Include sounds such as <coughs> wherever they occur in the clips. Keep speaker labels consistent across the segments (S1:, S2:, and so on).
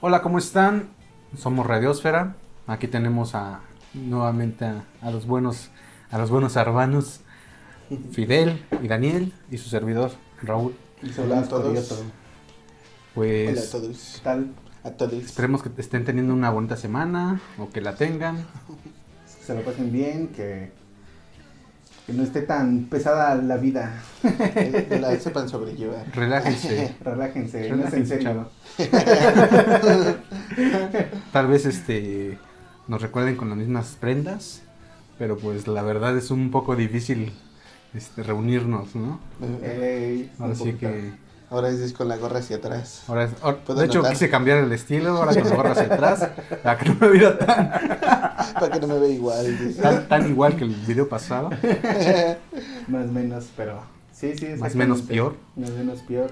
S1: Hola, ¿cómo están? Somos Radiosfera. Aquí tenemos a nuevamente a, a los buenos a los buenos hermanos Fidel y Daniel y su servidor Raúl.
S2: Hola a todos.
S1: Pues
S2: Hola a todos. ¿Qué tal? A todos.
S3: <laughs>
S1: esperemos que estén teniendo una bonita semana o que la tengan.
S2: Que se lo pasen bien, que, que no esté tan pesada la vida.
S3: Eh, la sepan sobrellevar.
S2: <laughs>
S1: Relájense.
S2: Relájense, no es en
S1: Relájense,
S2: serio.
S1: Tal vez este nos recuerden con las mismas prendas, pero pues la verdad es un poco difícil este, reunirnos, ¿no? Eh,
S2: Ey, un
S1: Así
S2: poquito.
S1: que
S3: Ahora es con la gorra hacia atrás. <laughs>
S1: Ahora, es- ahora-
S3: Puedo
S1: de hecho,
S3: notar.
S1: quise cambiar el estilo, ahora con la gorra hacia atrás, para que no me viera tan,
S3: Para que no me vea igual. dice.
S1: tan, tan igual que el video pasado,
S2: Más o menos, pero. Sí, sí,
S1: más
S2: exactamente.
S1: o menos peor.
S2: Más o menos peor.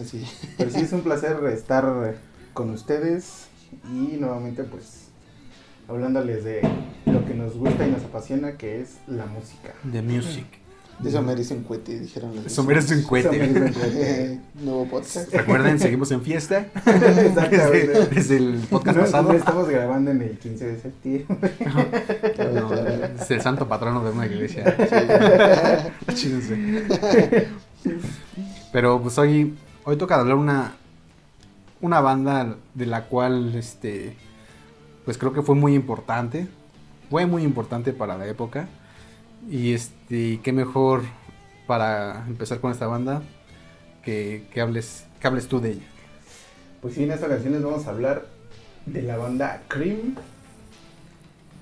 S3: Así.
S2: Pero sí es un placer estar con ustedes y nuevamente, pues, hablándoles de lo que nos gusta y nos apasiona, que es
S1: <laughs>
S2: la música.
S1: The Music.
S3: Eso merece un cohete, dijeron los
S1: Eso merece un
S2: Eso
S1: cohete.
S2: merece-
S3: <laughs> Eh, Nuevo podcast.
S1: Recuerden, seguimos en fiesta. Desde,
S2: Exactamente.
S1: desde el podcast
S2: No-
S1: pasado.
S2: no estamos grabando en el 15 de septiembre.
S1: No, es el santo patrono de una iglesia. Chídense. Ah, <laughs> Pero pues hoy, hoy toca hablar una, una banda de la cual este pues creo que fue muy importante. Fue muy importante para la época. Y este, qué mejor para empezar con esta banda que, que hables que hables tú de ella.
S2: Pues sí, en esta ocasión les vamos a hablar de la banda Cream.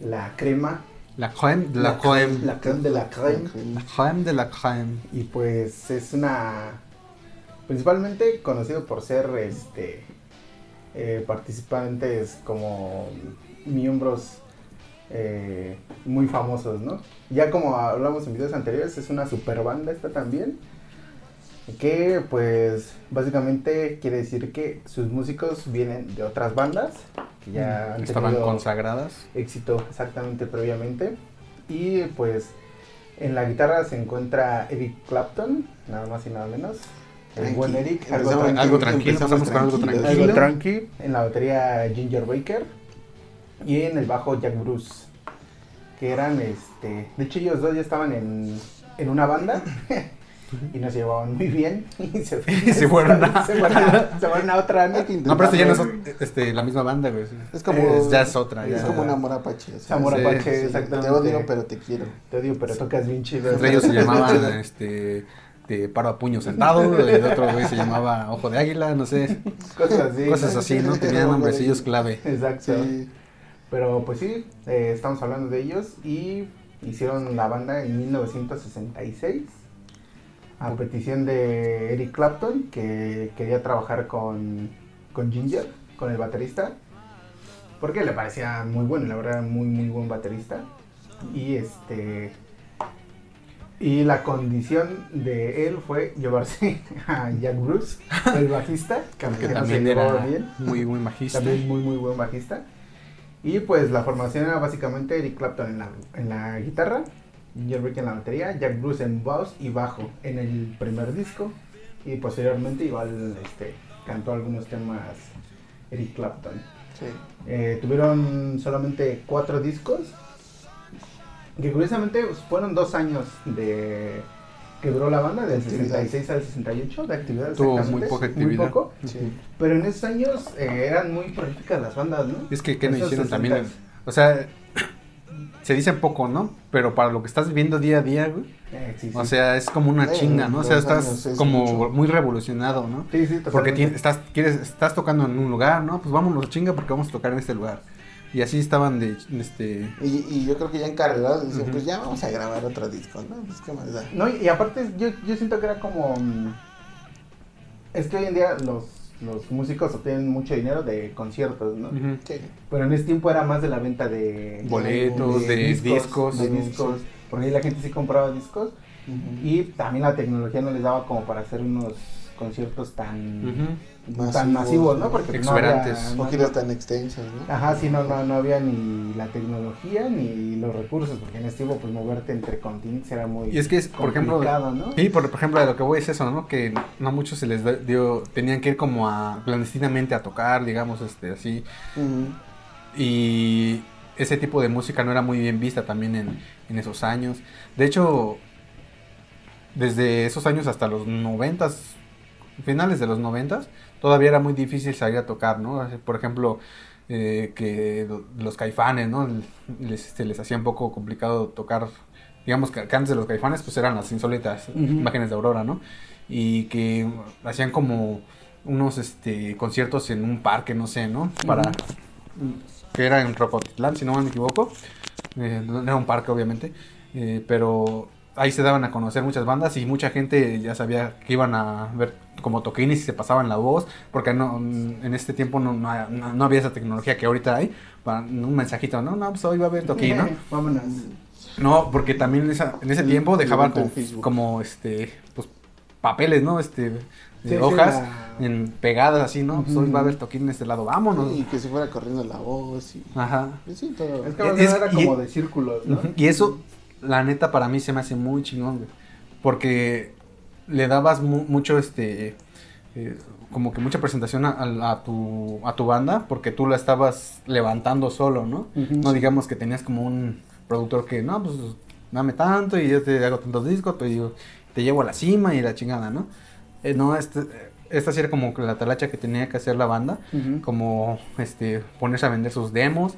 S2: La crema.
S1: La Creme de la Creme.
S2: La creme de la creme.
S1: La Creme de la Creme.
S2: Y pues es una. Principalmente conocido por ser este. eh, participantes como miembros eh, muy famosos, ¿no? Ya como hablamos en videos anteriores, es una super banda esta también. Que pues básicamente quiere decir que sus músicos vienen de otras bandas que ya han
S1: Estaban
S2: tenido-
S1: consagradas.
S2: éxito exactamente previamente. Y pues en la guitarra se encuentra Eric Clapton, nada más y nada menos. El buen
S3: Tranqui.
S2: Eric, algo,
S3: Empezamos-
S2: tranqui,
S1: Algo tranquilo,
S3: empezamos
S1: empezamos con algo
S3: tranquilos.
S1: tranquilo.
S2: algo tranqui. En la batería Ginger Baker. Y en el bajo Jack Bruce. Que eran este. De hecho, ellos dos ya estaban en, en una banda. <laughs> Y nos llevaban muy bien. <laughs> Y se,
S1: <laughs> Y se fueron a-
S2: <laughs> se fueron a- se fueron a otra, ¿no?
S1: No, pero esto ya no es este, la misma banda, güey.
S3: Es como-
S1: Es- ya es otra. ya.
S3: Es como un amor apache. o sea,
S2: Amor
S3: sí,
S2: apache,
S3: sí,
S2: exactamente.
S3: Te odio, pero te quiero.
S2: Te odio, pero tocas bien chido.
S1: Entre ellos se llamaban este, de paro a puño
S2: <laughs>
S1: sentado, el otro güey se llamaba ojo de águila, no sé.
S2: <laughs> Cosas así.
S1: Cosas así, ¿no? Tenían nombrecillos clave.
S2: Exacto.
S3: Sí.
S2: Pero pues sí, eh, estamos hablando de ellos y hicieron la banda en 1966 a petición de Eric Clapton que quería trabajar con, con Ginger, con el baterista, porque le parecía muy bueno, la verdad, muy muy buen baterista. Y este y la condición de él fue llevarse <laughs> a Jack Bruce, el bajista,
S1: <laughs> Que
S2: no <laughs> se
S1: también
S2: llevaba
S1: era
S2: bien.
S1: muy buen bajista.
S2: También muy, muy buen bajista. Y pues la formación era básicamente Eric Clapton en la, en la guitarra, Ginger Baker en la batería, Jack Bruce en voz y bajo en el primer disco. Y posteriormente igual este, cantó algunos temas Eric Clapton.
S3: Sí.
S2: Eh, tuvieron solamente cuatro discos. Que curiosamente pues, fueron dos años de que duró la banda, del
S3: Actividad.
S2: 66 al 68, de actividad.
S1: Tuvo muy
S2: exactamente,
S1: poca actividad.
S2: Muy poco.
S3: Sí.
S2: Pero en esos años eh, eran muy prolíficas las bandas, ¿no?
S1: Es que ¿qué no
S2: Esos
S1: hicieron
S2: 60s.
S1: también? O sea, <coughs> se dice poco, ¿no? Pero para lo que estás viviendo día a día, güey.
S2: Eh, sí, sí.
S1: O sea, es como una
S3: Eh,
S1: chinga, ¿no? O sea,
S3: dos años
S1: estás
S3: es
S1: como
S3: mucho.
S1: muy revolucionado, ¿no?
S2: Sí, sí,
S1: Porque
S2: totalmente.
S1: tien- estás, quieres, estás tocando en un lugar, ¿no? Pues vámonos chinga porque vamos a tocar en este lugar. Y así estaban de este
S3: Y, y yo creo que ya encarregados dicen,
S1: Ujú.
S3: pues ya vamos a grabar otro disco, ¿no? Pues qué más da.
S2: No, y, y aparte yo, yo siento que era como... mm, Es que hoy en día los, los músicos obtienen mucho dinero de conciertos, ¿no?
S3: Sí.
S2: Pero en ese tiempo era más de la venta de...
S1: boletos, de, discos.
S2: De discos. Porque ahí la gente sí compraba discos.
S3: Ujú.
S2: Y también la tecnología no les daba como para hacer unos conciertos tan...
S1: Ujú.
S2: tan masivos, ¿no? Porque no había-
S1: Exuberantes.
S2: no- Ah.
S3: No giras tan extensos, ¿no?
S2: Ajá, sí, no, no, no había ni la tecnología ni los recursos, porque en este tiempo pues moverte entre continentes era muy
S1: Y es que es, por ejemplo,
S2: complicado, ¿no?
S1: Sí, por, por ejemplo, de lo que voy es eso, ¿no? Que no a muchos se les da- dio, tenían que ir como a clandestinamente a tocar, digamos, este, así.
S3: Ujú.
S1: Y ese tipo de música no era muy bien vista también en, en esos años. De hecho, desde esos años hasta los noventas, finales de los noventas, todavía era muy difícil salir a tocar, ¿no? Así, Por ejemplo, eh, que lo- los caifanes, ¿no? Les, este, les hacía un poco complicado tocar. Digamos que, que antes de los caifanes, pues eran las insólitas
S2: Ujú.
S1: imágenes de Aurora, ¿no? Y que hacían como unos este, conciertos en un parque, no sé, ¿no? Para. Que era en Rocotitlán, si no me equivoco. Eh, no era un parque, obviamente. Eh, pero ahí se daban a conocer muchas bandas y mucha gente ya sabía que iban a ver como toquines y se pasaban la voz. Porque no, en este tiempo no, no- no había esa tecnología que ahorita hay. Para un mensajito, no, no, pues hoy va a haber toquín,
S2: <laughs>
S1: ¿no?
S2: Vámonos.
S1: No, porque también en, esa- en ese
S3: El-
S1: tiempo
S3: el
S1: dejaban
S3: evento en
S1: como,
S3: Facebook.
S1: como, este pues papeles, ¿no? Este de
S2: Sí, sí,
S1: hojas
S2: la-
S1: en pegadas así, ¿no? Pues hoy va a haber toquín de este lado, vámonos.
S3: Y que se fuera corriendo la voz y...
S1: Ajá.
S3: Pues sí, todo.
S2: Es que más
S1: Es-
S2: bien era
S1: y-
S2: como de círculos, ¿no?
S1: Ujú, Y eso, la neta, para mí se me hace muy chingón, güey. Porque le dabas mu- mucho, este, eh, como que mucha presentación a, a- a tu, a tu banda, porque tú la estabas levantando solo, ¿no?
S2: Ujú.
S1: No digamos que tenías como un productor que, no, pues dame tanto y yo te hago tantos discos, te, digo- te llevo a la cima y la chingada, ¿no? Eh, no, este- esta sí era como que la talacha que tenía que hacer la banda
S2: Ujú.
S1: como este ponerse a vender sus demos,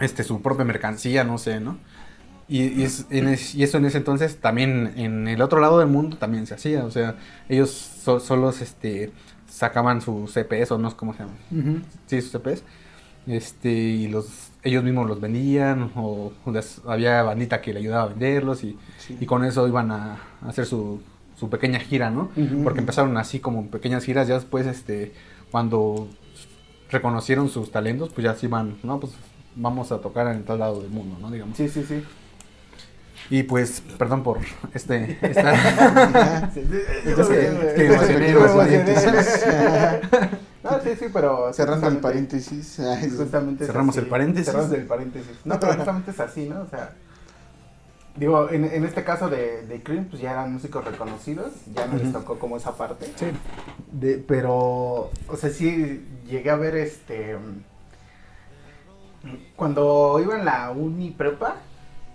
S1: este su propia mercancía, no sé, ¿no? Y, y es- en es- y eso en ese entonces también en el otro lado del mundo también se hacía, o sea, ellos so- solos este sacaban sus CPS o no sé cómo se llama,
S2: Ujú.
S1: sí, sus CPS, este y los ellos mismos los vendían o les- había bandita que le ayudaba a venderlos y,
S3: Sí.
S1: y con eso iban a, a hacer su, su pequeña gira, ¿no?
S2: Ujú.
S1: Porque empezaron así como pequeñas giras, ya después, este, cuando reconocieron sus talentos, pues ya se iban, no, pues vamos a tocar en tal lado del mundo, ¿no? Digamos.
S2: Sí, sí, sí.
S1: Y pues, perdón por este, esta-
S2: <laughs> Entonces,
S1: que me emocioné, me
S3: emocioné.
S1: <laughs>
S2: No, sí, sí, pero...
S3: Cerrando el
S2: justamente-
S3: paréntesis. <laughs> ay, sí.
S2: Justamente es
S1: Cerramos
S2: así.
S1: el paréntesis.
S2: Cerramos el paréntesis. No, pero justamente es así, ¿no? O sea, digo, en, en este caso de, de Cream, pues ya eran músicos reconocidos, ya no les
S1: Ujú.
S2: tocó como esa parte.
S1: <laughs> Sí.
S2: De- pero, o sea, sí llegué a ver este. mm, Cuando iba en la uni prepa,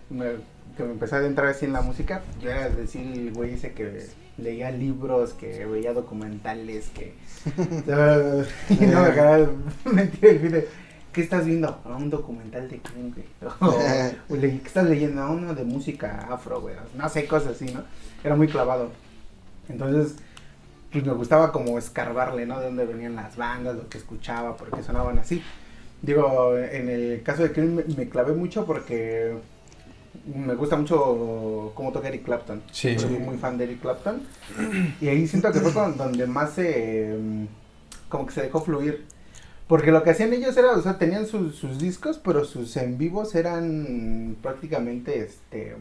S2: me- que me empecé a adentrar así en la música, yo era decir, el güey ese que leía libros, que veía documentales, que. <laughs> y no me acababa de <laughs> mentir el fin de, ¿Qué estás viendo? "Ah, Un documental de Queen, güey. <laughs> O, le- ¿Qué estás leyendo? "Ah, Uno de música afro, güey. No sé, cosas así, ¿no? Era muy clavado. Entonces, pues me gustaba como escarbarle, ¿no? De dónde venían las bandas, lo que escuchaba, por qué sonaban así. Digo, en el caso de Cream me, me clavé mucho porque me gusta mucho cómo toca Eric Clapton.
S1: Sí.
S2: Soy muy fan de Eric Clapton. Y ahí siento que fue con- donde más se... em, como que se dejó fluir. Porque lo que hacían ellos era, o sea, tenían sus, sus discos, pero sus en vivos eran prácticamente, este,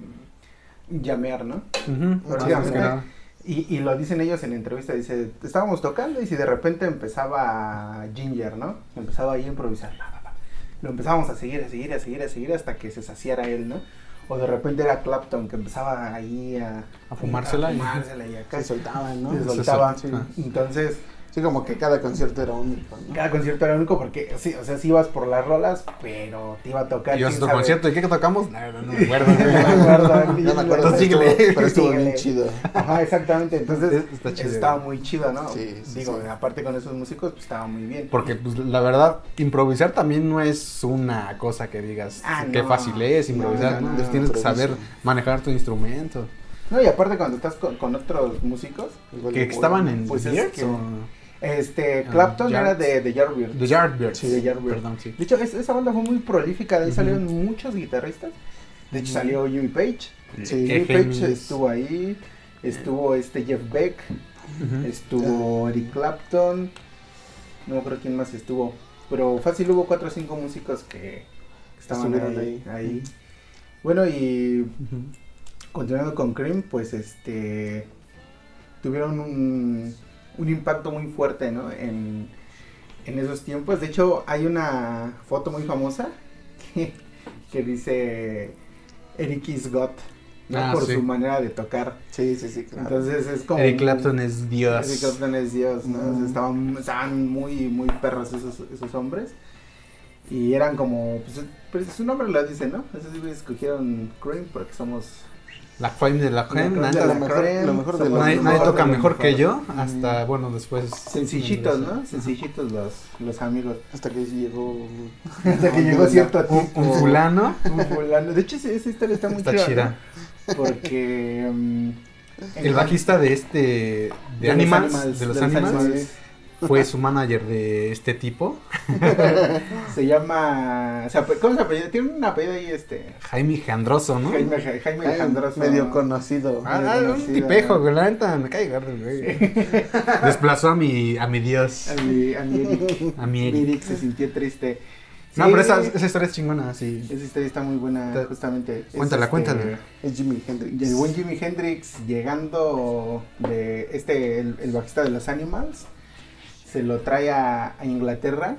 S2: em, llamear, ¿no?
S1: Ujú,
S2: Pero
S1: sí,
S2: ya,
S1: más que
S2: ¿no?
S1: nada.
S2: Y, y lo dicen ellos en la entrevista, dice, estábamos tocando y si de repente empezaba Ginger, ¿no? Empezaba ahí a improvisar, pa, pa, pa. lo empezábamos a seguir, a seguir, a seguir, a seguir hasta que se saciara él, ¿no? O de repente era Clapton que empezaba ahí a...
S1: A fumársela
S2: a
S1: y- <laughs>
S2: fumársela y acá.
S3: Se soltaban, ¿no?
S2: Se
S1: sol-
S2: soltaba.
S1: sí.
S2: Entonces,
S3: Sí, como que cada concierto era único, ¿no?
S2: cada concierto era único porque, sí, o sea, sí ibas por las rolas, pero te iba a tocar...
S1: Y
S2: quién
S1: a otro
S2: sabe.
S1: concierto, ¿y qué tocamos? No, no, no me acuerdo.
S2: <laughs> No me
S3: <laughs>
S1: <laughs>
S2: acuerdo.
S3: No me
S1: Entonces,
S3: acuerdo, pero
S1: síguele.
S3: estuvo, pero estuvo bien
S2: Síguele.
S3: chido.
S2: Ajá, exactamente. Entonces,
S1: Es- está chido.
S2: estaba muy chido, ¿no?
S3: Sí, sí,
S2: Digo,
S3: sí.
S2: aparte con esos músicos, pues estaba muy bien.
S1: Porque, pues, la verdad, improvisar también no es una cosa que digas
S2: Ah,
S1: qué
S2: no.
S1: fácil es improvisar,
S3: No,
S1: ¿no?
S3: no,
S1: Pues tienes que
S3: improvisa.
S1: saber manejar tu instrumento.
S2: No, y aparte cuando estás con, con otros músicos,
S3: Igual
S1: Que
S3: de
S1: estaban
S3: bueno.
S1: en
S2: pues es
S1: Beards
S2: que-
S1: o-
S2: este,
S1: Ah,
S2: Clapton era
S1: Yardbirds.
S2: de, de Yardbirds.
S1: The Yardbirds.
S2: Sí, The Yardbirds.
S1: Perdón, sí.
S2: De hecho, es- esa banda fue muy prolífica, de ahí
S1: Ujú.
S2: salieron muchos guitarristas. De hecho, salió Jimmy Page.
S3: Sí,
S2: Jimmy Page
S1: Ejemplos.
S2: estuvo ahí, estuvo este Jeff Beck,
S1: Ujú.
S2: estuvo Eric Clapton, no creo quién más estuvo. Pero fácil hubo cuatro o cinco músicos que estaban
S3: Estuvieron
S2: ahí,
S3: ahí.
S2: ahí. Bueno, y
S1: Ujú.
S2: Continuando con Cream, pues este. Tuvieron un, un impacto muy fuerte, ¿no? En, en esos tiempos. De hecho, hay una foto muy famosa <laughs> que, que dice Eric is God, ¿no?
S1: Ah,
S2: por
S1: sí.
S2: su manera de tocar.
S3: Sí, sí, sí, claro.
S2: Entonces es como...
S1: Eric
S2: un-
S1: Clapton es Dios.
S2: Eric Clapton es Dios, ¿no? O sea,
S3: Mm.
S2: estaban, estaban muy, muy perros esos, esos hombres. Y eran como, pues, pues, su nombre lo dice, ¿no? Esos güeyes escogieron Cream porque somos...
S1: La creme de la creme.
S2: Creme
S1: nadie-
S2: de
S3: lo
S2: la
S3: mejor,
S2: creme,
S3: lo mejor de
S2: somos
S3: lo
S1: nadie,
S2: los
S1: nadie
S2: mejores
S1: toca
S2: de los
S1: mejor que
S2: mejores.
S1: yo. Hasta, bueno, después.
S2: Sencillitos, ¿no? Sencillitos los, los amigos.
S3: Hasta que llegó.
S2: <laughs> Hasta que
S3: No,
S2: llegó
S3: no,
S2: cierto
S1: Un,
S2: tipo.
S1: un fulano.
S2: un fulano. De hecho, esa esa historia está muy
S1: Está
S2: chida.
S1: chida.
S2: ¿no? Porque. mm,
S1: El
S2: en-
S1: bajista de este. De,
S2: los
S1: Animals, De los, Animals.
S2: Animals.
S1: Fue su manager de este tipo.
S2: Se llama. se ape- ¿Cómo se apellida? Tiene un apellido ahí, este.
S1: Jaime Jandroso, ¿no?
S2: Jaime, Ja- Jaime
S3: Ay,
S2: Alejandroso.
S3: medio conocido.
S1: Ah,
S3: medio
S1: ah, un
S3: conocido.
S1: tipejo, güey. La neta me cae gordo, güey. <laughs> Desplazó a mi, a mi Dios.
S2: A mi, a
S1: <laughs>
S2: mi Eric.
S1: A mi
S2: Mi
S1: Eric.
S2: Eric se sintió triste.
S1: No,
S2: Sí,
S1: pero esa, esa historia es chingona, sí.
S2: esa historia está muy buena,
S1: Está-
S2: justamente. Es,
S1: Cuéntala,
S2: este,
S1: cuéntala.
S3: Es Jimi Hendrix.
S2: Y el buen Jimi Hendrix llegando de este, el, el bajista de los Animals, se lo trae a, a Inglaterra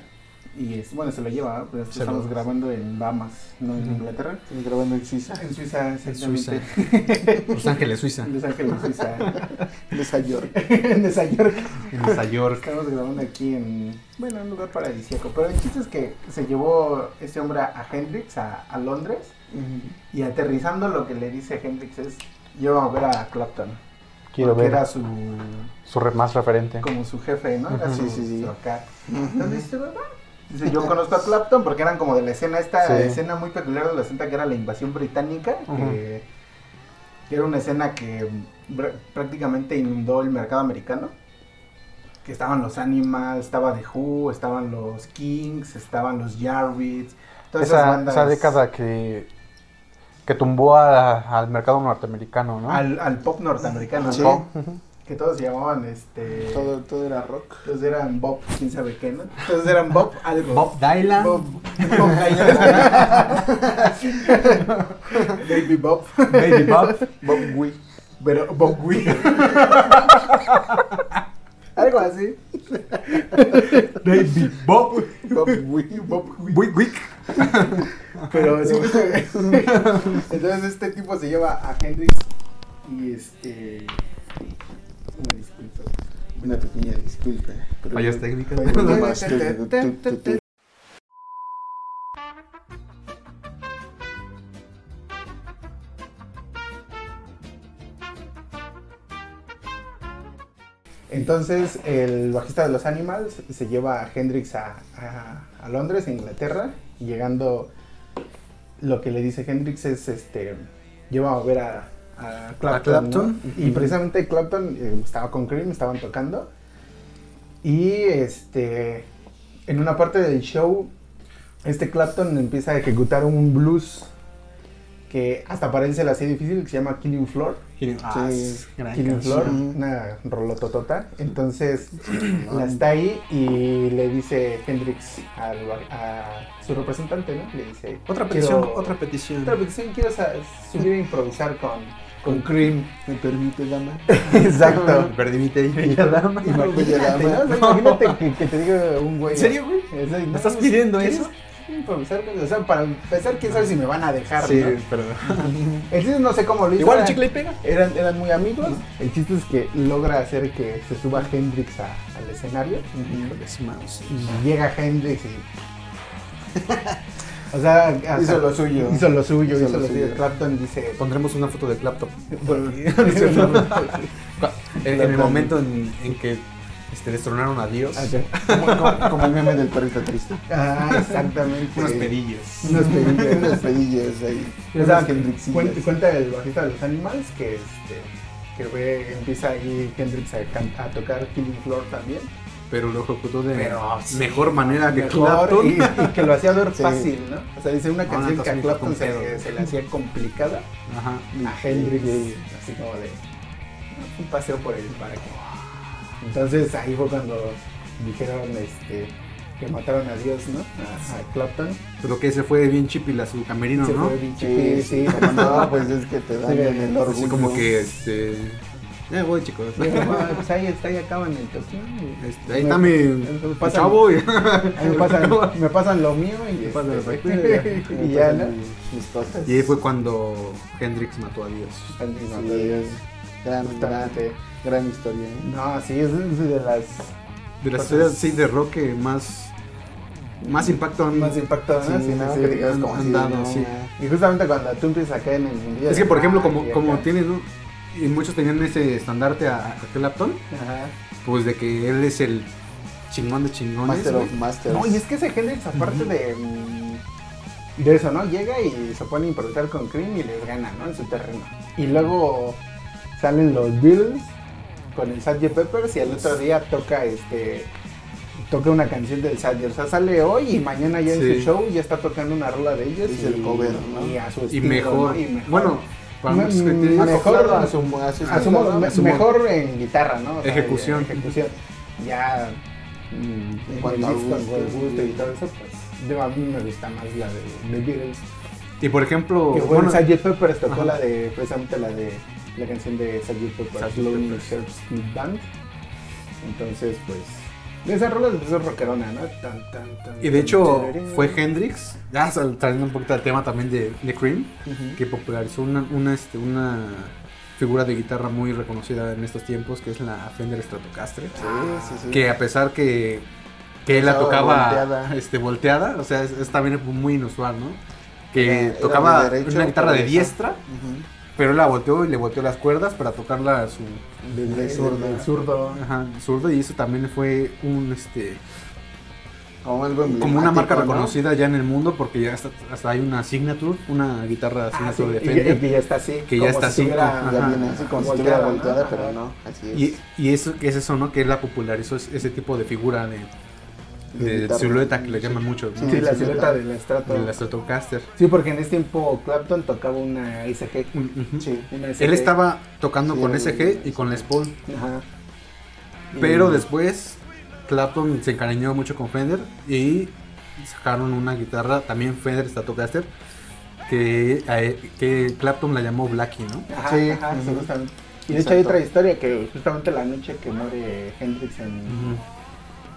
S2: y es, bueno, se lo lleva, ¿no? pero esto
S1: Se lo-
S2: estamos grabando en Bahamas, no en
S1: Ujú.
S2: Inglaterra.
S3: Estoy grabando en Suiza. <laughs>
S2: En Suiza,
S1: En
S2: exactamente.
S1: Suiza. Los Ángeles, Suiza.
S2: En Los Ángeles, Suiza. <laughs>
S3: De Nueva York.
S2: en Nueva York.
S1: En Nueva
S2: <laughs>
S1: York.
S2: Estamos grabando aquí en, bueno, un lugar paradisíaco. Pero el chiste es que se llevó este hombre a a Hendrix, a, a Londres, y aterrizando lo que le dice Hendrix es, yo voy a ver a Clapton. porque era su
S1: su más referente.
S2: como su jefe, ¿no? Era
S1: Ujú.
S2: su,
S3: Sí, sí, sí.
S2: su acá. Entonces dice, "Bueno, dice, yo conozco a Clapton porque eran como de la escena, esta
S1: Sí.
S2: escena muy peculiar de la escena que era la invasión británica,
S1: Ujú.
S2: que, que era una escena que br- prácticamente inundó el mercado americano. Que estaban los Animals, estaba The Who, estaban los Kings, estaban los Jarvis. Todas esas
S4: esa,
S2: bandas
S4: esa década que, que tumbó a- al mercado norteamericano, ¿no?
S2: <laughs> Al, al pop norteamericano,
S3: Sí.
S2: ¿no? Que todos se llamaban este.
S3: Todo, todo era rock.
S2: Entonces eran Bob, quién sabe qué, ¿no? Entonces eran Bob algo.
S1: Bob Dylan.
S2: Bob. Bob Dylan. Baby Bob.
S1: Baby Bob.
S3: Bob Wee.
S2: Pero Bob Wee. algo así.
S1: Baby Bob.
S2: Bob Wee. Bob Wee.
S1: Wick Wick.
S2: Pero sí, pues, Entonces este tipo se lleva a Hendrix y este. Una disculpa.
S3: Una pequeña disculpa. ¿eh? pero-
S1: Fallas técnicas. <laughs>
S3: Fallas técnicas. Tu, tu, tu, tu, tu.
S2: Entonces el bajista de los Animals se lleva a Hendrix a, a- a Londres, a Inglaterra, y llegando lo que le dice Hendrix es este lleva a ver a, a Clapton,
S1: A Clapton.
S2: ¿no? y precisamente Clapton eh, estaba con Cream, estaban tocando y este en una parte del show este Clapton empieza a ejecutar un blues que hasta para él se le hacía difícil que se llama Killing Floor.
S1: Ah,
S3: Sí.
S1: es gran
S2: Killing
S1: canción.
S2: Floor,
S3: canción.
S2: una rolototota. Entonces
S3: No,
S2: la está ahí y le dice Hendrix al- a su representante, ¿no? Le dice:
S1: Otra
S2: quiero-
S1: petición, otra petición.
S2: otra petición, quiero sa- subir a improvisar con, con
S1: <laughs>
S2: Cream.
S3: ¿Me permite, dama?
S2: <laughs> Exacto.
S1: Perdí mi teléfono y la dama.
S2: Imagínate, ¿no? O sea, imagínate que, que te diga un güey.
S1: ¿En serio, güey?
S2: Es de,
S1: ¿Me estás pidiendo
S2: ¿quieres
S1: eso?
S2: Improvisar, con- o sea, para empezar, quién sabe si me van a dejar.
S1: Sí,
S2: ¿no?
S1: perdón.
S2: El chiste no sé cómo lo hizo.
S1: Igual el
S2: era-
S1: chicle y pega.
S2: Eran, eran muy amigos. El chiste es que logra hacer que se suba Hendrix a- al escenario. Y llega Hendrix y. <laughs> o sea, hasta-
S3: Hizo lo suyo.
S2: Hizo lo suyo, hizo,
S3: Hizo
S2: lo,
S3: lo
S2: suyo.
S3: suyo.
S2: Clapton dice. <laughs>
S1: Pondremos una foto de Clapton.
S2: Como-
S1: En, en el momento en, en que este, destronaron a Dios.
S3: Como, como- como el meme del perrito triste.
S2: ah, exactamente.
S1: Unos pedillos.
S2: Unos pedillos.
S3: Unas pedillas ahí.
S2: O sea,
S3: Unas Hendrixillas.
S2: cuenta, cuenta el bajista de los Animals que este que ve, empieza ahí Hendrix a, can- a tocar Killing Floor también.
S1: Pero lo ejecutó de
S2: Pero sí,
S1: mejor manera que
S2: mejor
S1: Clapton.
S2: y, y que lo hacía ver
S3: Sí.
S2: fácil, ¿no? O sea, dice una
S1: No,
S2: canción
S1: no,
S2: que a
S1: entonces,
S2: Clapton
S1: con
S2: se,
S1: pedo. Ah,
S2: se le hacía complicada
S1: Ajá.
S2: a Hendrix,
S3: sí.
S2: así como de ¿no? un paseo por el parque. Entonces ahí fue cuando dijeron este que mataron a Dios, ¿no?
S1: Ah,
S2: A, a Clapton.
S1: Pero Pues que se fue bien chipil a su camerino,
S2: se
S1: ¿no?
S2: fue bien
S3: Sí,
S2: chiqui,
S3: sí, como no, pues es que te dan
S2: Sí,
S3: en el
S2: así
S3: orgullo.
S1: Así como que este. Ya me voy, chicos.
S2: Y yo, "Ah, pues ahí está, ahí acaban el tocino. y-
S1: Este, ahí está mi, mi
S2: pásame.
S1: chavo. <laughs> y-
S2: Ahí me pasan, me pasan lo mío y,
S1: Me pasan
S2: este,
S1: lo mío.
S2: y ya, ¿no?
S3: Mis, mis cosas.
S1: Y ahí fue cuando Hendrix mató a Dios.
S3: Sí, es gran, gran,
S2: Justamente.
S3: gran historia. ¿eh?
S2: No, sí, es de
S1: De
S2: las
S1: las
S2: Entonces-
S1: historias sí, de rock que más, más impacto han,
S2: más impactadoras.
S3: Sí,
S2: y nada,
S3: sí,
S2: que te quedas
S1: han-
S2: como
S1: han
S2: así de,
S1: dado,
S2: no,
S1: sí.
S2: ma. Y justamente cuando tú empiezas a caer en el mundial.
S1: Es que, por ejemplo, como,
S2: ay,
S1: como
S2: acá.
S1: tienen, un- y muchos tenían ese estandarte a, a Clapton,
S2: Ajá.
S1: pues de que él es el chingón de chingones.
S3: Master
S1: güey.
S3: of Masters.
S2: No, y es que ese Hendrix, aparte de, mm, de eso, ¿no? Llega y se pone a improvisar con Cream y les gana, ¿no? En su terreno. Y luego salen los Beatles con el Sgt. Peppers y al otro día toca este toca una canción del Sgt. O sea, sale hoy y mañana ya en
S1: Sí.
S2: su show ya está tocando una rola de ellos.
S3: Es el cover, ¿no?
S2: Y a su
S1: y,
S2: estilo,
S1: mejor,
S2: ¿no? Y mejor.
S1: Bueno, para
S2: Me-
S1: muchos que tienen-
S2: me- mejor
S3: Acoplado a
S2: a
S3: su, a
S1: Pues
S3: su
S2: Asumo,
S3: estilo, ¿no?
S2: Ah, me-
S1: Asumo.
S2: mejor en guitarra, ¿no? O sea,
S1: Ejecución.
S2: ejecución. Ya
S3: Mm,
S2: en
S3: en
S2: cuanto
S3: cuanto
S2: a
S3: al
S2: gusto,
S3: gusto,
S2: y todo eso, pues yo- a mí me gusta más la de, de Beatles.
S1: y por ejemplo,
S2: que Oh, bueno,
S1: bueno,
S2: Sgt. Pepper tocó
S1: ajá.
S2: la de, precisamente la de la canción de Sgt. Pepper,
S1: Sgt.
S2: Lonely
S1: Pepper's.
S2: Hearts Club Band. Entonces, pues, de esas rolas pues, es rockerona, ¿no? Tan, tan, tan,
S1: y de hecho
S2: tan,
S1: fue Hendrix, ya sal- trayendo un poquito al tema también de, de Cream,
S2: Ujú.
S1: que popularizó una, una, este, una figura de guitarra muy reconocida en estos tiempos, que es la Fender Stratocaster.
S3: Sí, sí, sí.
S1: que a pesar que, que él la
S3: Estaba
S1: tocaba volteada.
S3: volteada.
S1: Este, volteada, o sea, es, es también muy inusual, ¿no?
S3: Era-
S1: Que
S3: era de
S1: tocaba
S3: derecho,
S1: una guitarra de
S3: pero-
S1: diestra,
S3: Ujú.
S1: pero él la volteó y le volteó las cuerdas para tocarla a su
S3: Del
S2: El
S3: sur, del
S2: zurdo.
S3: sur.
S1: ajá, zurdo y eso también fue un este
S3: Como algo
S1: como una marca
S3: emblemático, ¿no?
S1: reconocida ya en el mundo porque ya hasta, hasta hay una signature, una guitarra
S2: Ah, sí,
S1: signature de
S2: y ya- y
S1: Fender.
S2: que ya está así.
S1: Que ya
S2: como
S1: está
S2: si
S1: así,
S2: estuviera-
S1: como-
S3: Ya
S1: Ajá.
S3: viene así como si estuviera
S2: ¿no?
S3: volteada,
S2: Ajá.
S3: pero no, así es.
S1: Y, y eso que es eso, ¿no? Que él la popularizó es- ese tipo de figura de,
S3: De
S1: de
S3: guitarra.
S1: silueta que le llaman mucho, ¿no?
S2: Sí, la
S3: Sí,
S2: silueta del estrato.
S1: de la Stratocaster.
S2: Sí, porque en ese tiempo Clapton tocaba una SG.
S1: Mm, ujú.
S3: Sí.
S2: Una SG.
S1: Él estaba tocando
S3: Sí,
S1: con
S3: el-
S1: SG y con Les Paul,
S2: Ajá.
S1: pero
S3: Mm.
S2: Y-
S1: después Clapton se encariñó mucho con Fender y sacaron una guitarra también Fender Stratocaster que, a él- que Clapton la llamó Blackie, ¿no?
S2: Ajá,
S3: Sí,
S2: ajá,
S3: ujú.
S2: sí, justamente. Y de hecho hay
S3: Exacto.
S2: otra historia que justamente la noche que muere Hendrix en,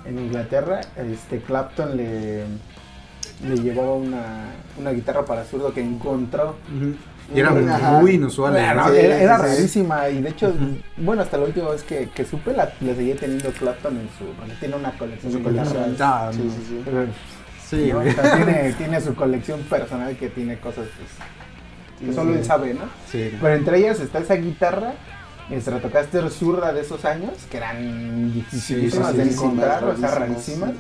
S2: en Inglaterra, este Clapton le, le llevaba una, una guitarra para zurdo que encontró.
S1: Ujú. Y era
S3: Ajá.
S1: muy inusual. ¿eh?
S2: Era,
S3: sí,
S2: era- era
S3: sí, sí.
S2: rarísima y de hecho,
S1: Ujú.
S2: bueno, hasta la última vez que, que supe la, la seguía teniendo Clapton en su... porque Tiene una colección
S3: En su
S2: de
S3: colección.
S2: guitarras.
S1: Ah,
S3: Sí, sí, sí.
S2: Pero,
S1: Sí,
S2: ¿no?
S1: güey.
S2: O sea,
S1: <laughs>
S2: tiene, tiene su colección personal que tiene cosas pues, que solo él sabe, ¿no?
S1: Sí.
S2: Pero entre ellas está esa guitarra, el Stratocaster zurda de esos años, que eran dificilísimas
S1: Sí, sí,
S2: de
S1: sí,
S2: encontrar, o sea,
S3: rarísimas,
S2: rarísimas.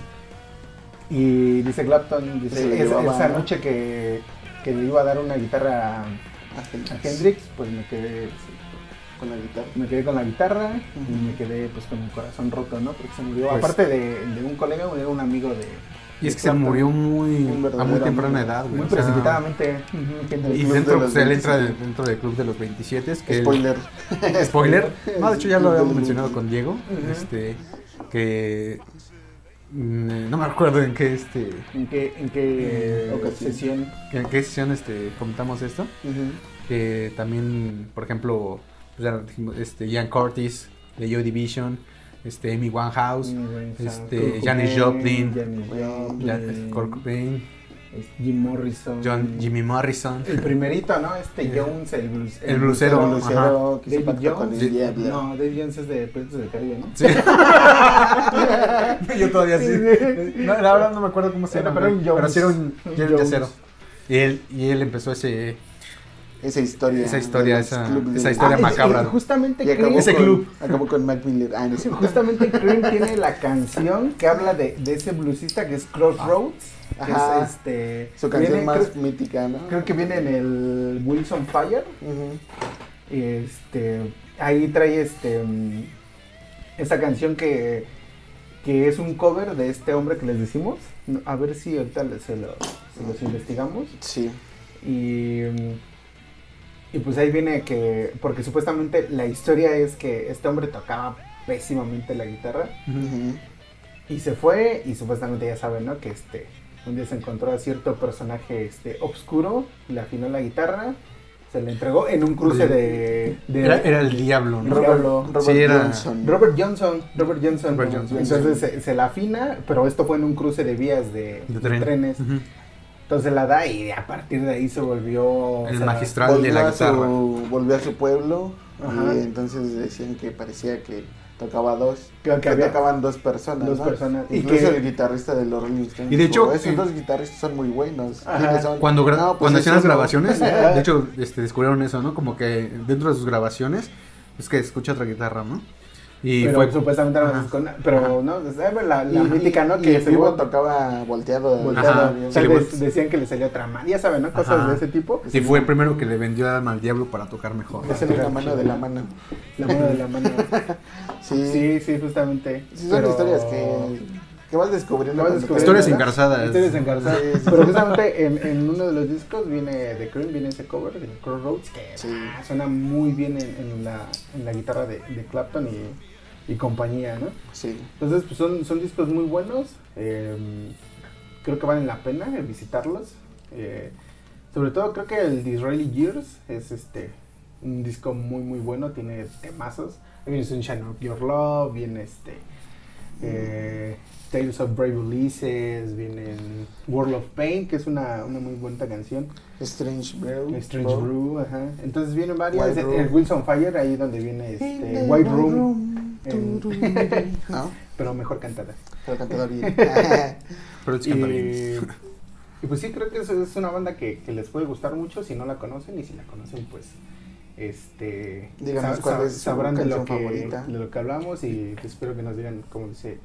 S2: Y dice Clapton, dice,
S3: Se la
S2: "Es-
S3: llevaba,
S2: esa
S3: ¿no?
S2: noche que, que le iba a dar una guitarra a
S1: Ah,
S3: Ajá.
S2: Hendrix, pues me quedé,
S3: Con la guitarra.
S2: me quedé con la guitarra y
S3: Ujú.
S2: me quedé pues con el corazón roto, ¿no? Porque se murió,
S1: Pues-
S2: aparte de, de un colega, era un amigo de...
S1: Y es que se
S2: Clapton.
S1: murió muy
S3: Un
S1: a muy
S3: verdadero
S1: temprana
S3: amigo.
S1: edad, güey.
S2: Muy
S1: o sea,
S2: precipitadamente. Ujú,
S1: Ah. y
S3: Club de
S1: dentro,
S3: los
S1: pues, él entra
S3: 27.
S1: dentro del club de los 27, que él-
S3: Spoiler.
S1: <laughs> Spoiler. No, de hecho ya lo
S3: Club de
S1: habíamos
S3: los
S1: mencionado
S3: 27.
S1: con Diego.
S2: Ujú.
S1: Este. Que. mm, No me acuerdo en qué este.
S2: ¿En qué, en qué
S1: Eh,
S3: Mm, ocasión.
S2: sesión?
S1: En qué sesión este comentamos esto. Que también, por ejemplo, pues, ya lo dijimos, este, Ian Curtis de Yo Division, este, Amy Winehouse,
S2: Mm.
S1: Este, Janis Joplin,
S2: Janis Joplin,
S1: ya, este, Kurt Cobain,
S2: este, Jim Morrison,
S1: John, Jimmy Morrison,
S2: Mm. el primerito, ¿no? Este
S1: Eh,
S2: Jones, el, blues-
S1: el blusero, Ajá.
S3: Pero Lucero que se
S2: David
S3: pactó con
S1: Sí.
S3: el diablo.
S2: No, Dave Jones es de Piratas del Caribe, ¿no?
S1: Sí. <laughs> Yo todavía sí. No, la verdad no me acuerdo cómo se
S2: Era,
S1: llama.
S2: pero
S1: güey,
S2: un Jones.
S1: Pero sí era un,
S2: Un
S1: era un
S2: Jones.
S1: yacero. Y él, y él empezó ese.
S3: Esa historia.
S1: Esa historia,
S3: de los
S1: esa-
S3: clubes
S1: esa
S3: de- Ah,
S1: historia
S2: Ah, y-
S1: macabra.
S2: y justamente
S3: Y acabó
S2: Cream,
S1: Ese
S3: con-
S1: club.
S3: Acabó con Mac Miller. Ah, no es cierto.
S2: <laughs> justamente Cream tiene la canción que habla de, de ese bluesista que es Crossroads, que
S3: Ajá.
S2: es este...
S3: Su canción
S2: viene-
S3: más
S2: creo-
S3: mítica, ¿no?
S2: creo que viene en el Wilson Fire.
S3: Ujú.
S2: Este, ahí trae este mm, esta canción que, que es un cover de este hombre que les decimos. No, A ver si ahorita le- se, lo- se los investigamos.
S3: Sí.
S2: Y, mm, y pues ahí viene que, porque supuestamente la historia es que este hombre tocaba pésimamente la guitarra
S3: Ujú.
S2: y se fue y supuestamente ya saben, ¿no? Que este, un día se encontró a cierto personaje este, obscuro, le afinó la guitarra, Se le entregó en un cruce de. de-
S1: Era, era el diablo, ¿no?
S2: Robert-
S1: Sí, era-
S3: Johnson.
S2: Robert Johnson, Robert Johnson.
S1: Robert Johnson.
S2: Entonces se, se la afina, pero esto fue en un cruce de vías de,
S1: De
S2: de
S1: tren.
S2: trenes.
S1: Ujú.
S2: Entonces la da y a partir de ahí se volvió.
S1: El
S2: o sea,
S1: magistral de
S3: Volvió
S1: la
S3: a su-
S1: guitarra.
S3: volvió a su pueblo
S2: Ajá.
S3: y entonces decían que parecía que tocaba dos.
S2: Que- que
S3: Que
S2: había-
S3: tocaban dos personas.
S2: dos
S3: ¿no?
S2: personas, y
S3: Incluso
S2: que-
S3: el guitarrista de los Rolling Stones.
S1: Y de hecho,
S3: dijo, esos
S1: eh,
S3: dos guitarristas son muy buenos.
S2: Ajá.
S3: ¿Quiénes son?".
S1: Cuando, gra-
S3: "No, pues
S1: cuando
S3: es
S1: hacían las
S3: uno".
S1: grabaciones, de hecho, este, descubrieron eso, ¿no? Como que dentro de sus grabaciones es que escucha otra guitarra, ¿no? Y
S2: pero
S1: fue
S2: supuestamente era
S1: Ajá.
S2: con- pero no, o sea, la, la
S3: Y-
S2: crítica, ¿no?
S3: y- y
S2: Que
S3: en
S2: se
S3: vivo
S2: volvió
S3: tocaba volteado.
S2: volteada.
S1: Ajá.
S3: bien.
S1: Sí,
S2: Tal
S1: le
S2: vez
S1: vol-
S2: decían que le salió otra mano, ya saben, ¿no? Cosas
S1: Ajá.
S2: de ese tipo.
S1: y fue el primero que le vendió alma al diablo para tocar mejor.
S3: Es el de la mano de la mano.
S2: La mano de la mano.
S3: <laughs> Sí.
S2: Sí, sí, justamente.
S3: Sí, son
S2: Pero-
S3: historias que, que vas descubriendo.
S2: Vas
S3: cuando
S2: descubriendo,
S3: te-
S1: Historias
S2: ¿verdad?
S1: engarzadas.
S2: Historias engarzadas.
S3: Sí, sí,
S2: Pero justamente en, en uno de los discos viene de Cream, viene ese cover de Crossroads que
S3: Sí.
S2: ah, suena muy bien en, en la, en la guitarra de, de Clapton y, y compañía, ¿no?
S3: Sí.
S2: Entonces, pues son, son discos muy buenos. eh, creo que valen la pena eh, visitarlos. eh, sobre todo creo que el Disraeli Years es este un disco muy muy bueno, tiene temazos. Ahí viene Sunshine of Your Love, viene este eh, Tales of Brave Ulysses, viene World of Pain, que es una, una muy bonita canción.
S3: Strange Brew.
S2: Strange
S3: Brew.
S2: Brew, ajá. Entonces vienen varias. eh,
S3: White
S2: El,
S3: Room.
S2: el Wilson Fire, ahí donde viene
S3: In
S2: este,
S3: the
S2: White Room, en- <laughs>
S3: tururú. No,
S2: pero mejor cantada.
S3: pero
S2: <laughs>
S3: cantaba bien.
S1: Pero es
S2: Y,
S1: que canta bien.
S2: <laughs> y pues sí, creo que es, es una banda que, que les puede gustar mucho si no la conocen y si la conocen, pues este
S3: Díganos
S2: sab-
S3: cuál
S2: sab-
S3: es su
S2: sabrán de lo,
S3: canción
S2: que,
S3: favorita.
S2: de lo que hablamos y pues espero que nos digan, como dice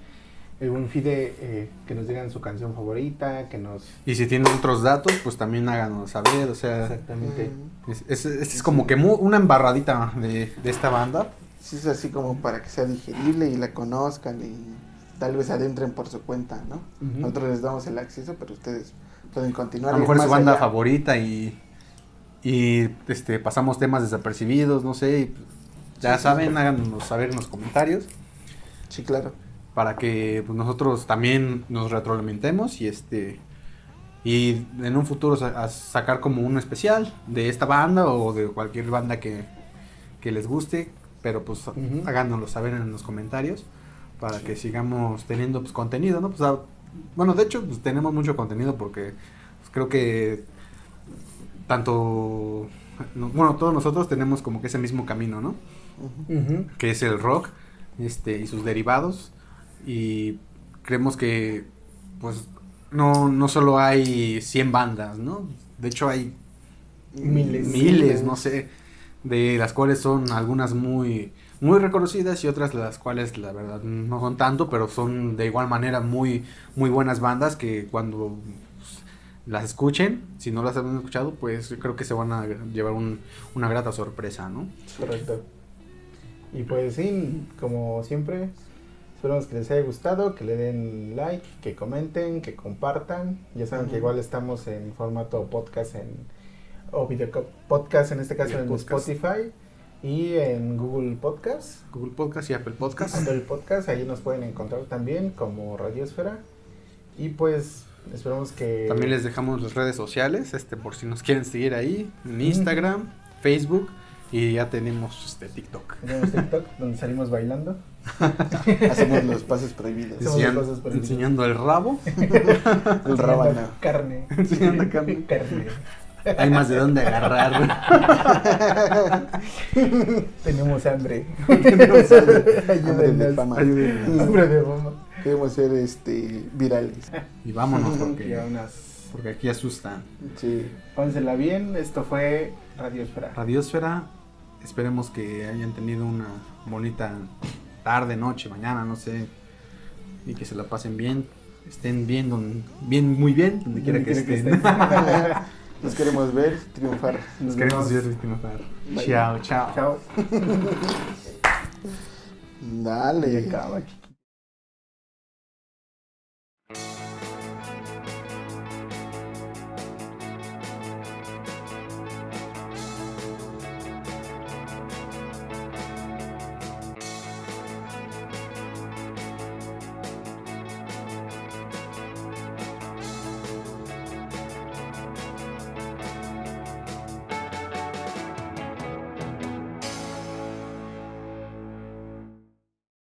S2: el buen Fide, eh, que nos digan su canción favorita, que nos...
S1: <laughs> Y si tienen otros datos, pues también háganos saber. O sea,
S2: Exactamente.
S3: Eh,
S1: es, es- es- es como que mu- una embarradita de, de esta banda.
S3: Sí, es así como para que sea digerible y la conozcan y tal vez adentren por su cuenta, ¿no?
S2: Ujú.
S3: Nosotros les damos el acceso, pero ustedes pueden
S1: A
S3: continuar.
S1: lo
S3: ir
S1: mejor es su
S3: más
S1: banda
S3: allá.
S1: favorita y, y este, pasamos temas desapercibidos, no sé. y, pues, ya saben, háganos saber en los comentarios.
S3: Sí, claro.
S1: para que pues, nosotros también nos retroalimentemos y este y en un futuro sa- a sacar como un especial de esta banda o de cualquier banda que, que les guste pero pues
S2: Ujú.
S1: háganoslo saber en los comentarios para que sigamos teniendo pues contenido no pues a- bueno de hecho pues tenemos mucho contenido porque pues, creo que tanto no- bueno todos nosotros tenemos como que ese mismo camino no
S3: Ujú.
S2: Ujú.
S1: que es el rock este, y sus derivados. Y creemos que, pues, no, no solo hay 100 bandas, ¿no? De hecho, hay
S2: Miles.
S1: miles, no sé, de las cuales son algunas muy, muy reconocidas y otras las cuales, la verdad, no son tanto, pero son de igual manera muy, muy buenas bandas que cuando pues, las escuchen, si no las han escuchado, pues creo que se van a llevar un- una grata sorpresa, ¿no?
S2: Correcto. Y pues sí, como siempre, esperamos que les haya gustado, que le den like, que comenten, que compartan. Ya saben que
S3: Ujú.
S2: igual estamos en formato podcast en o video co- podcast en este caso
S1: Video
S2: en
S1: podcast.
S2: Spotify y en Google Podcast,
S1: Google Podcast y Apple Podcast.
S2: Apple Podcast, ahí nos pueden encontrar también como Radiosfera. Y pues esperamos que
S1: También les dejamos las redes sociales, este, por si nos quieren seguir ahí, en
S2: Ujú.
S1: Instagram, Facebook y ya tenemos este TikTok.
S2: tenemos TikTok donde salimos bailando.
S3: Hacemos los pasos prohibidos.
S1: <laughs>
S2: Hacemos
S1: Enseñan-
S2: cosas por el-
S1: enseñando el rabo,
S3: El rábano.
S2: <laughs> Carne.
S1: Enseñando carne.
S2: <laughs> Carne.
S1: hay más de dónde agarrar.
S2: Tenemos <laughs> hambre.
S3: Hambre de
S2: Ayúdenos.
S3: fama.
S1: Ayúdenos.
S2: Hambre de fama.
S3: Queremos ser este, virales.
S1: y vámonos
S2: Y
S1: porque,
S2: unas.
S1: porque aquí asustan.
S3: Sí.
S2: Pónsela bien. Esto fue Radio Espera.
S1: Radiosfera, esperemos que hayan tenido una bonita tarde, noche, mañana, no sé, y que se la pasen bien, estén bien, don- bien muy bien, donde quiera que
S2: Donde
S1: estén. <laughs>
S3: Nos queremos ver triunfar.
S1: Los
S2: Nos
S1: queremos
S2: vemos.
S1: ver.
S3: Bye.
S1: Chao, chao.
S2: Chao.
S3: Dale.
S2: Acaba aquí.